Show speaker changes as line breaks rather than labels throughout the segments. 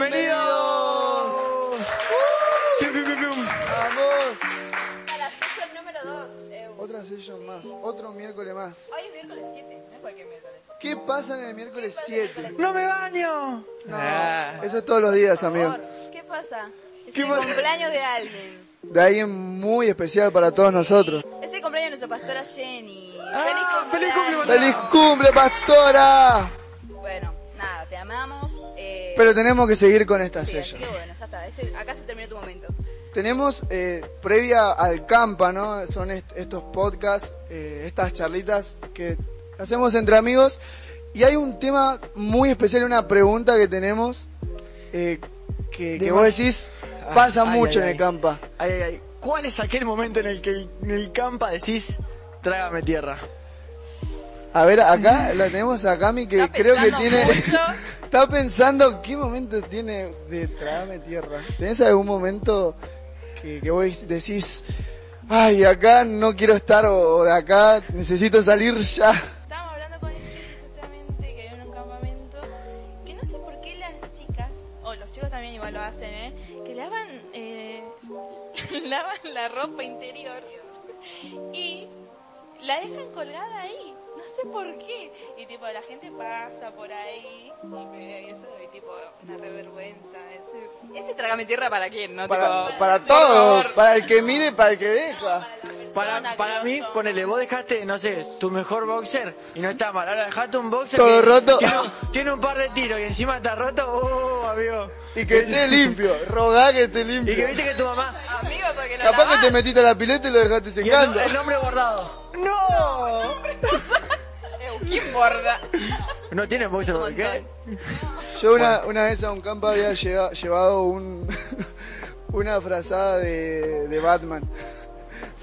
¡Bienvenidos!
Pium, pium, pium, pium.
¡Vamos!
A la sesión número 2.
Otra sesión más, otro miércoles más.
Hoy es miércoles 7, no es cualquier miércoles.
¿Qué pasa en el miércoles
¿Qué pasa el
7?
miércoles?
¡No me baño! Ah.
Eso es todos los días,
Por
amigo.
favor, ¿Qué pasa? Es
¿Qué
el
pasa?
cumpleaños de alguien.
De ahí es muy especial para todos nosotros.
Es el cumpleaños de nuestra pastora Jenny.
Ah,
¡Feliz
feliz
cumpleaños!
cumple,
¡Feliz cumple, pastora!
Bueno, nada, te amamos. Eh,
Pero tenemos que seguir con esta
sí, así
sesión.
que bueno, ya está. ese- acá se terminó tu momento.
Tenemos, eh, previa al campa, ¿no? Son est- estos podcasts, eh, estas charlitas que hacemos entre amigos. Y hay un tema muy especial, una pregunta que tenemos, eh, que, que vos
Demas-
decís, pasa
Ay,
mucho
ay,
en
ay.
el campa.
Ay, ay, ay. ¿Cuál es aquel momento en el que en el campa decís, trágame tierra?
A ver, acá la tenemos a Cami que
Está
creo que
pensando
tiene...
mucho.
Está pensando qué momento tiene de trágame tierra. ¿Tenés algún momento que, que vos decís, ay, acá no quiero estar o, o de acá necesito salir ya?
Estábamos hablando con Jenny justamente que había un campamento que no sé por qué las chicas, o los chicos también igual lo hacen, ¿eh? que lavan, eh, lavan la ropa interior y la dejan colgada ahí. No sé por qué. Y tipo, la gente pasa por ahí y ve eso y tipo, una revergüenza.
Ese trágame tierra para quién, ¿no?
Para,
Tipo,
para
por
todo,
favor.
para el que mire, y para el que deja.
Para, para mí, ponele, vos dejaste, no sé, tu mejor boxer y no está mal. Ahora dejaste un boxer
Todo
que
roto.
Tiene, un- tiene un par de tiros y encima está roto. ¡Oh, amigo!
Y que esté limpio, rogá que esté
Y que
limpio.
viste que tu mamá.
Amigo, porque lo
Capaz que
lavás.
te metiste a la pileta y lo dejaste
Y el,
secando.
el nombre bordado. ¡No!
Eu, ¿Quién borda?
No tiene boxer,
un
¿por qué?
Yo una, una vez a un campo había lleva- llevado un, una frazada de, de Batman,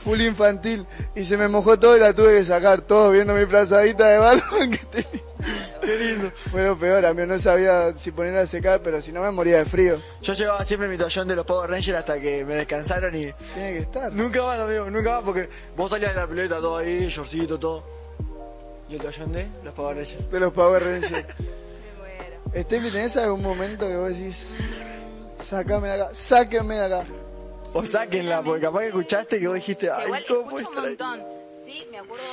full infantil, y se me mojó todo y la tuve que sacar, todo viendo mi frazadita de Batman que tenía. Qué lindo. Bueno, peor, amigo, no sabía si ponerla a secar, pero si no me moría de frío.
Yo llevaba siempre mi toallón de los Power Rangers hasta que me descansaron y
Tiene que estar.
Nunca más, amigo, nunca más, porque vos salías de la pileta todo ahí, shortcito, todo. Y el toallón de los Power Rangers.
De los Power Rangers.
Me muero.
Steffi, ¿tenés algún momento que vos decís, sácame de acá, sáquenme de acá?
O sáquenla, porque capaz que escuchaste que vos dijiste,
Sí,
ay,
igual
¿cómo puede
escucho un
estar ahí?"
montón. Sí, me acuerdo,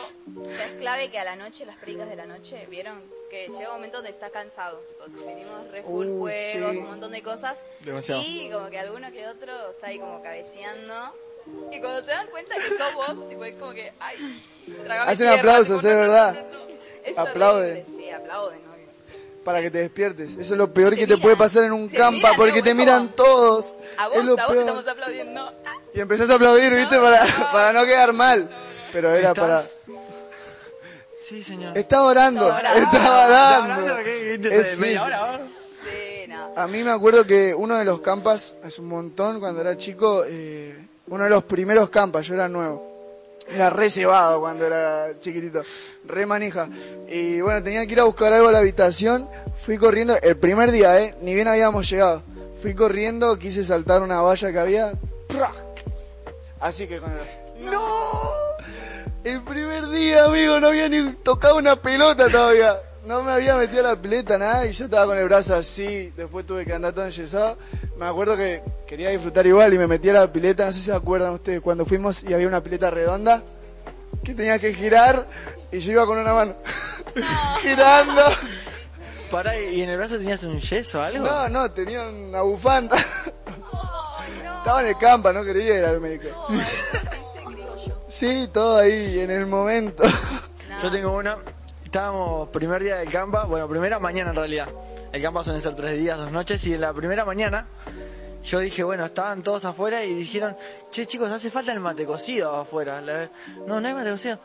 o sea, es clave que a la noche, las predicas de la noche, ¿vieron? Que llega un momento donde está cansado. Tipo, venimos re full
Uh,
juegos,
sí.
un montón de cosas.
Demasiado.
Y como que alguno que otro está ahí como cabeceando. Y cuando se dan cuenta que sos vos, tipo, es como que, ay, trágame
Hacen
tierra,
aplausos,
tipo,
es verdad.
Es
Aplauden.
horrible, Sí, aplauden, obvio, sí.
Para que te despiertes. Eso es lo peor
Te
que te
miran.
puede pasar en un
Te
campa,
miran,
porque
loco,
te
es
miran
como-
todos.
A
es lo
vos, a vos te
peor.
estamos aplaudiendo. Ah,
Y empezás a aplaudir, ¿viste?
No,
para,
no.
para no quedar mal. Pero era
¿Estás?
para...
Sí, señor.
Estaba orando,
Estaba orando.
estaba
Estaba
orando.
hablando, ¿qué? ¿Qué?
Es-
media
sí,
hora, ¿va?
sí, no.
A mí me acuerdo que uno de los campas, hace un montón, cuando era chico, eh, uno de los primeros campas, yo era nuevo. Era re cebado cuando era chiquitito, re manija. Y bueno, tenía que ir a buscar algo a la habitación, fui corriendo, el primer día, eh, ni bien habíamos llegado. Fui corriendo, quise saltar una valla que había, ¡prac! Así que con el... ¡No! El primer día, amigo, no había ni tocado una pelota todavía. No me había metido a la pileta, nada, y yo estaba con el brazo así. Después tuve que andar todo enyesado. Me acuerdo que quería disfrutar igual y me metí a la pileta. No sé si se acuerdan ustedes, cuando fuimos y había una pileta redonda que tenía que girar y yo iba con una mano girando.
Pará, ¿y en el brazo tenías un yeso o algo?
No, no, tenía una bufanda. Estaba en el campo, no quería ir al médico. Sí, todo ahí, en el momento.
Yo tengo una. Estábamos primer día del campa, bueno, primera mañana en realidad. El campa suelen ser tres días, dos noches, y en la primera mañana yo dije, bueno, estaban todos afuera y dijeron, che chicos, hace falta el mate cocido afuera. La- no, no hay mate cocido.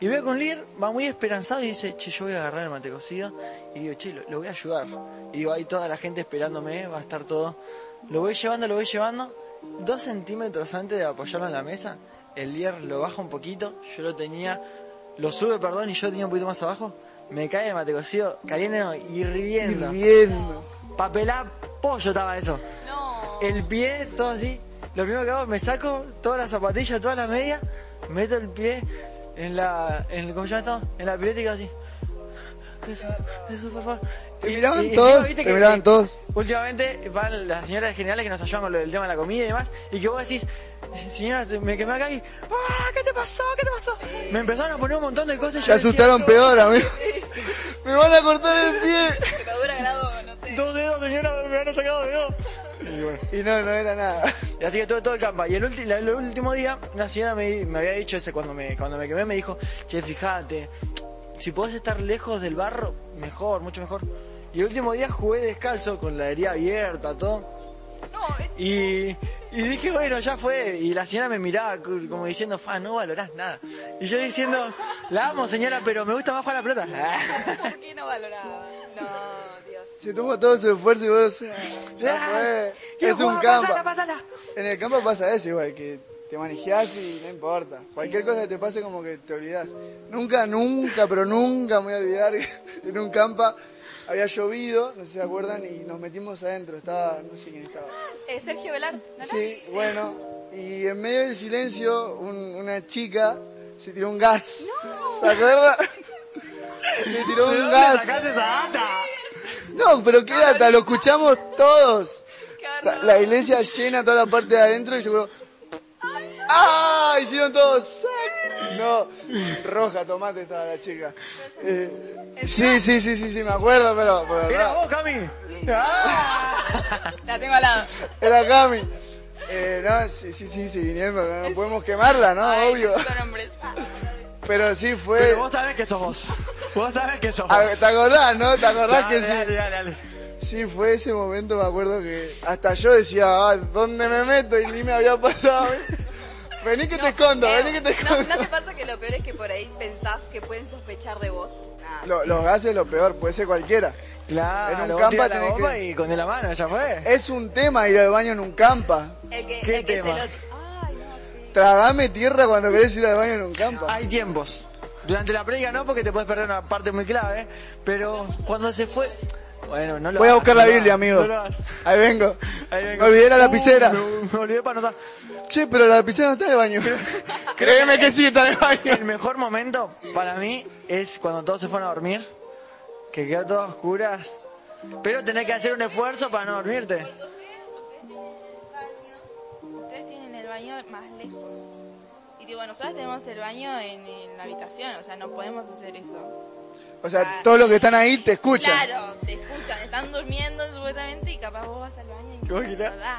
Y veo con Lier, va muy esperanzado y dice, che, yo voy a agarrar el mate cocido. Y digo, che, lo, lo voy a ayudar. Y digo, ahí toda la gente esperándome, va a estar todo. Lo voy llevando, lo voy llevando. Dos centímetros antes de apoyarlo en la mesa, el Lier lo baja un poquito. Yo lo tenía, lo sube, perdón, y yo lo tenía un poquito más abajo. Me cae el mate cocido, caliente no, hirviendo.
Hirviendo.
Papelá, pollo estaba eso
No.
el pie, todo así. Lo primero que hago es me saco todas las zapatillas, todas las medias, meto el pie en la. En, el- ¿Cómo se llama esto? En la pileta y quedo así. Jesús, Jesús, por favor.
Te
Y-
miraban
y- y
todos,
viste
te
que-
miraban todos.
Últimamente van las señoras generales que nos ayudan con lo del tema de la comida y demás, y que vos decís, señora, te- me quemé acá y, ¡ah! ¿Qué te pasó? ¿Qué te pasó? Me empezaron a poner un montón de cosas y
Se
yo decía,
asustaron
"No,
peor, amigo. Me van a cortar el pie.
Picadura grado, no sé.
Dos dedos, señora, me han sacado dedos. Y bueno.
¿ah? Y no, no era nada.
Y así que todo, todo el campa. Y el, ulti- la- el último día, una señora me, me había dicho ese cuando me, cuando me quemé, me dijo, che, fíjate, si podés estar lejos del barro, mejor, mucho mejor. Y el último día jugué descalzo, con la herida abierta, todo.
No, es-
Y, y dije, bueno, ya fue. Y la señora me miraba cu- como diciendo, fa, no valorás nada. Y yo diciendo, la amo señora, pero me gusta más jugar a la pelota.
¿por qué no valoraba?
No, Dios.
Se tomó todo su esfuerzo y vos. ah, ya fue.
Quiero
Es un
jugar, pasala,
campo.
pasala.
En el campo pasa eso igual, que te manejás y no importa. Cualquier cosa que te pase como que te olvidás. Nunca, nunca, pero nunca me voy a olvidar que en un campa había llovido, no sé si se acuerdan, y nos metimos adentro. Estaba, no sé quién estaba.
Eh, Sergio Velar. ¿no era?
Sí, bueno. Y en medio del silencio, un- una chica se tiró un gas. ¿Se acuerdan? Se tiró
¿De
un
dónde
gas.
sacás esa data?
No, pero qué data, lo escuchamos todos. La, la iglesia llena toda la parte de adentro y seguro. ¡Ah! Hicieron todos. "Sac". No, roja, tomate estaba la chica. Eh, sí, sí, sí, sí, sí, me acuerdo, pero. pero
Era
no.
vos, Cami. Ah.
La tengo al lado.
Era Cami. Eh, no, sí, sí, sí, sí, viniendo, no, no podemos quemarla, ¿no?
Ay,
Obvio.
Son hombres.
Pero sí fue.
Pero vos sabés que sos vos. Vos sabés que sos
A
vos.
ver, ¿Te acordás, no? ¿Te acordás
Dale,
que sí?
dale, dale, dale.
Sí, fue ese momento, me acuerdo que hasta yo decía, ah, ¿dónde me meto? Y ni me había pasado. Vení que te escondo,
Eh,
vení que te
no,
escondo.
no te pasa que lo peor es que por ahí pensás que pueden sospechar de vos. Nah.
Lo- los gases lo peor, puede ser cualquiera.
Claro,
En un
vos
campa
tirás la
tenés
bomba
que-
y con la mano, ya fue.
Es un tema ir al baño en un campa.
El que,
¿Qué
el que
tema?
Ah,
se lo. Ay, no, sí.
Tragame tierra cuando querés ir al baño en un campa.
Hay tiempos. Durante la predica no, porque te puedes perder una parte muy clave, pero cuando se fue... Bueno, no lo
Voy a
hagas,
buscar
no
la
lo
Biblia,
hagas,
amigo.
no lo hagas.
Ahí vengo.
Ahí vengo.
Me olvidé la
Uh,
lapicera.
me, me olvidé para anotar.
Che, pero la lapicera no está en el baño. Créeme que sí está en el
El
baño.
mejor momento para mí es cuando todos se fueron a dormir, que quedó todo a oscuras, pero tenés que hacer un esfuerzo para no dormirte.
Ustedes tienen el baño más lejos. Y digo, nosotros tenemos el baño en, en la habitación, o sea, no podemos hacer eso.
O sea, todos los que están ahí te escuchan.
Claro, te escuchan, están durmiendo supuestamente y capaz vos vas al baño y
¿Te imaginas?
¿Verdad?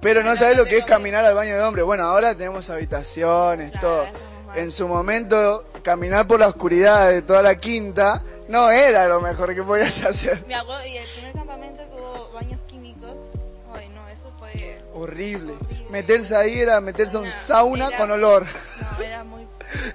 Pero no sabés lo que es
Exactamente.
caminar al baño de hombre. Bueno, ahora tenemos habitaciones,
Claro,
todo.
estamos mal.
En su momento, caminar por la oscuridad de toda la quinta no era lo mejor que podías hacer.
Me acuerdo, y el primer campamento que hubo baños químicos, ay no, eso fue...
Horrible.
Horrible.
Meterse ahí era meterse a un
Una-
sauna
era-
con olor.
No, era muy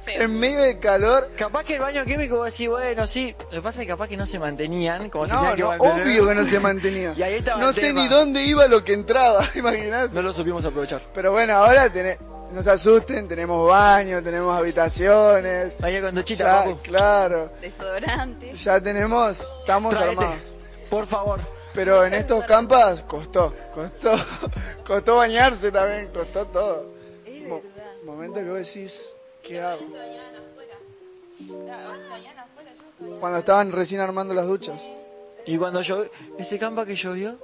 feo.
En medio de calor.
Capaz que el baño químico vos decís, bueno, sí. Lo que pasa es que capaz que no se mantenían como se
No,
tenían que
no,
mantener.
obvio que no se mantenía.
Y ahí estaba
no
el
sé
tema.
ni dónde iba lo que entraba, imaginate.
No lo supimos aprovechar.
Pero bueno, ahora tenés, no se asusten, tenemos baño, tenemos habitaciones.
Baño con duchita,
Ya,
papu.
claro.
Desodorante.
Ya tenemos, estamos
Traete,
armados.
por favor.
Pero en estos campas costó, costó, costó bañarse también, costó todo.
Es
Mo-
verdad.
momento que vos decís, ¿qué hago?
Se bañaban afuera. Ya, Se bañaban afuera, yo no sabía.
Cuando estaban recién armando las duchas.
Y cuando llovió, ese campa que llovió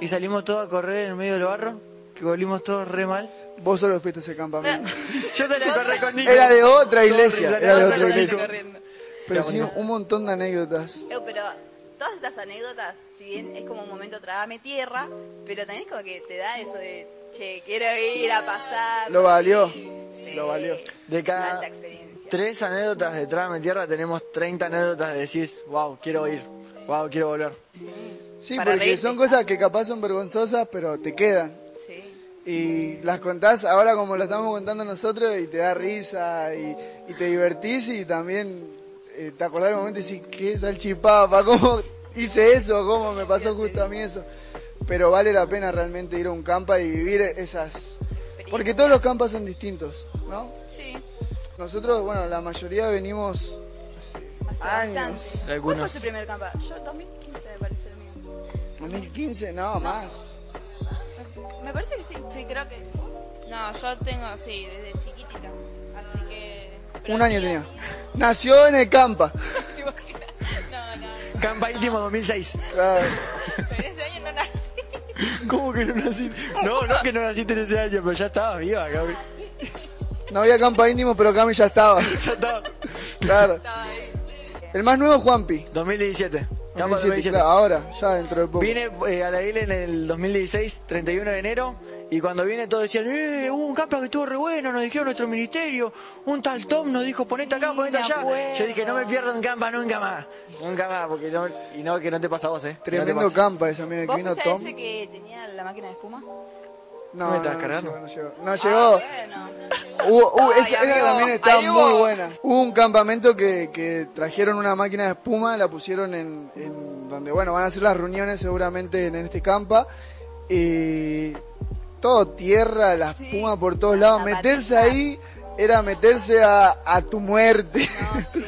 y salimos todos a correr en medio del barro, que volvimos todos re mal.
Vos solo fuiste a ese campamento.
Yo salí a correr con Nico.
Era de otra
Sorry,
iglesia,
salí
era de
a
otra
correr con
iglesia.
Nico.
Pero sí, un montón de anécdotas.
Eh, pero todas estas anécdotas, si bien es como un momento trágame tierra, pero también es como que te da eso de, che, quiero ir a pasar.
Lo valió,
Sí.
lo valió.
De cada
Alta experiencia.
tres anécdotas de Trame Tierra tenemos 30 anécdotas de decís, wow, quiero ir, wow, quiero volver.
Sí,
Para
porque
reírse.
son cosas que capaz son vergonzosas, pero te quedan.
Sí.
y las contás ahora como las estamos contando nosotros y te da risa y, y te divertís y también eh, te acordás del momento y decís, qué salchipapa, cómo hice eso, cómo me pasó justo a mí eso. Pero vale la pena realmente ir a un campa y vivir esas... Porque todos los campas son distintos, ¿no?
Sí.
Nosotros, bueno, la mayoría venimos
Hace
Años.
bastante. ¿Cuál fue
Algunos.
su primer campa? Yo, 2015 me parece el mío.
en 2015, no, más.
Me parece que sí. Sí, creo que.
No, yo tengo, sí, desde chiquitita. Así que. pero
Un año
sí,
tenía. Nació en el campa.
¿te imaginas? No, no,
Campa íntimo 2006.
Claro.
pero ese año no nací.
¿Cómo que no naciste? No, no que no naciste en ese año, pero ya estabas viva, Cami.
No había campa íntimo, pero Cami ya estaba.
Ya estaba.
Claro.
Estaba ahí.
El más nuevo, Juanpi.
2017. Campa
2007,
2017.
claro, ahora, ya dentro de poco.
Vine eh, a la isla en el 2016, 31 de enero, y cuando vine todos decían, eh, hubo un campa que estuvo re bueno, nos dijeron nuestro ministerio, un tal Tom nos dijo, ponete acá, ponete allá. Yo dije, no me pierdo un campa nunca más, nunca más, porque no, y no, que no te pasa a vos, eh.
Tremendo
No te pasa.
campa esa, mira, que
¿Vos
vino
fuiste
Tom.
ese que tenía la máquina de espuma?
No,
¿No me
no,
estabas
no,
cargando?
llegó, no llegó. No llegó.
Ah, bueno.
Hubo- hubo- esa,
Ay,
esa
amigo,
también está
ahí
muy
hubo-
buena. Hubo un campamento que, que trajeron una máquina de espuma, la pusieron en, en donde, bueno, van a hacer las reuniones seguramente en, en este campa. Y todo tierra, la
Sí.
espuma por todos lados.
La
meterse
patita.
ahí era meterse a, a tu muerte.
No, sí.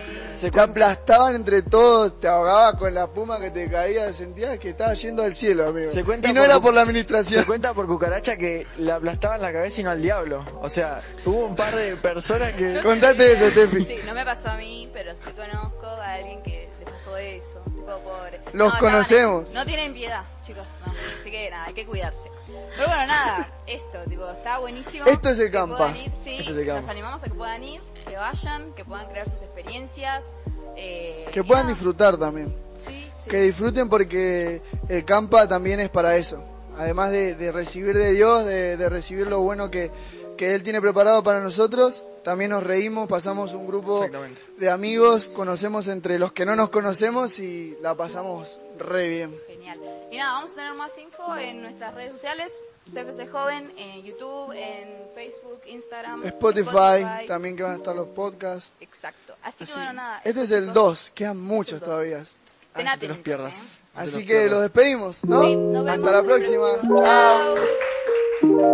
Se
Te
cuenta-
aplastaban entre todos, te ahogabas con la puma que te caía, sentías que estabas yendo al cielo, amigo.
Se cuenta
y no
por-
era por la
Se
administración.
cuenta por cucaracha que le aplastaban la cabeza y no al diablo. O sea, hubo un par de personas que...
Contate eso, Tefi.
Sí, no me pasó a mí, pero sí conozco a alguien que le pasó eso. Tipo, pobre.
Los
estaban-
conocemos.
No tienen piedad, chicos. no. Así que nada, hay que cuidarse. Pero bueno, nada, esto, tipo, está buenísimo.
Esto es el
que
campa.
puedan ir, sí,
Esto es el campa.
Los animamos a que puedan ir, que vayan, que puedan crear sus experiencias. eh,
Que
y
puedan
nada.
disfrutar también.
Sí, sí.
Que disfruten porque el campa también es para eso. Además de, de recibir de Dios, de, de recibir lo bueno que, que Él tiene preparado para nosotros, también nos reímos, pasamos un grupo
Exactamente.
de amigos, conocemos entre los que no nos conocemos y la pasamos re bien.
Genial. Y nada, vamos a tener más info en nuestras redes sociales, CFC Joven, en YouTube, en Facebook, Instagram,
Spotify, también que van a estar los podcasts.
Exacto. Así, que bueno, nada.
Este es
eso,
el
chicos.
2, quedan muchos
Es el dos.
todavía.
Ten
Ah,
No te los
atentos, ¿eh?
pierdas. No te
Así
los
que los
pierdas.
despedimos, ¿no?
Sí, nos vemos
Hasta
en
la
el
próxima.
próximo.
Chao.
Chao.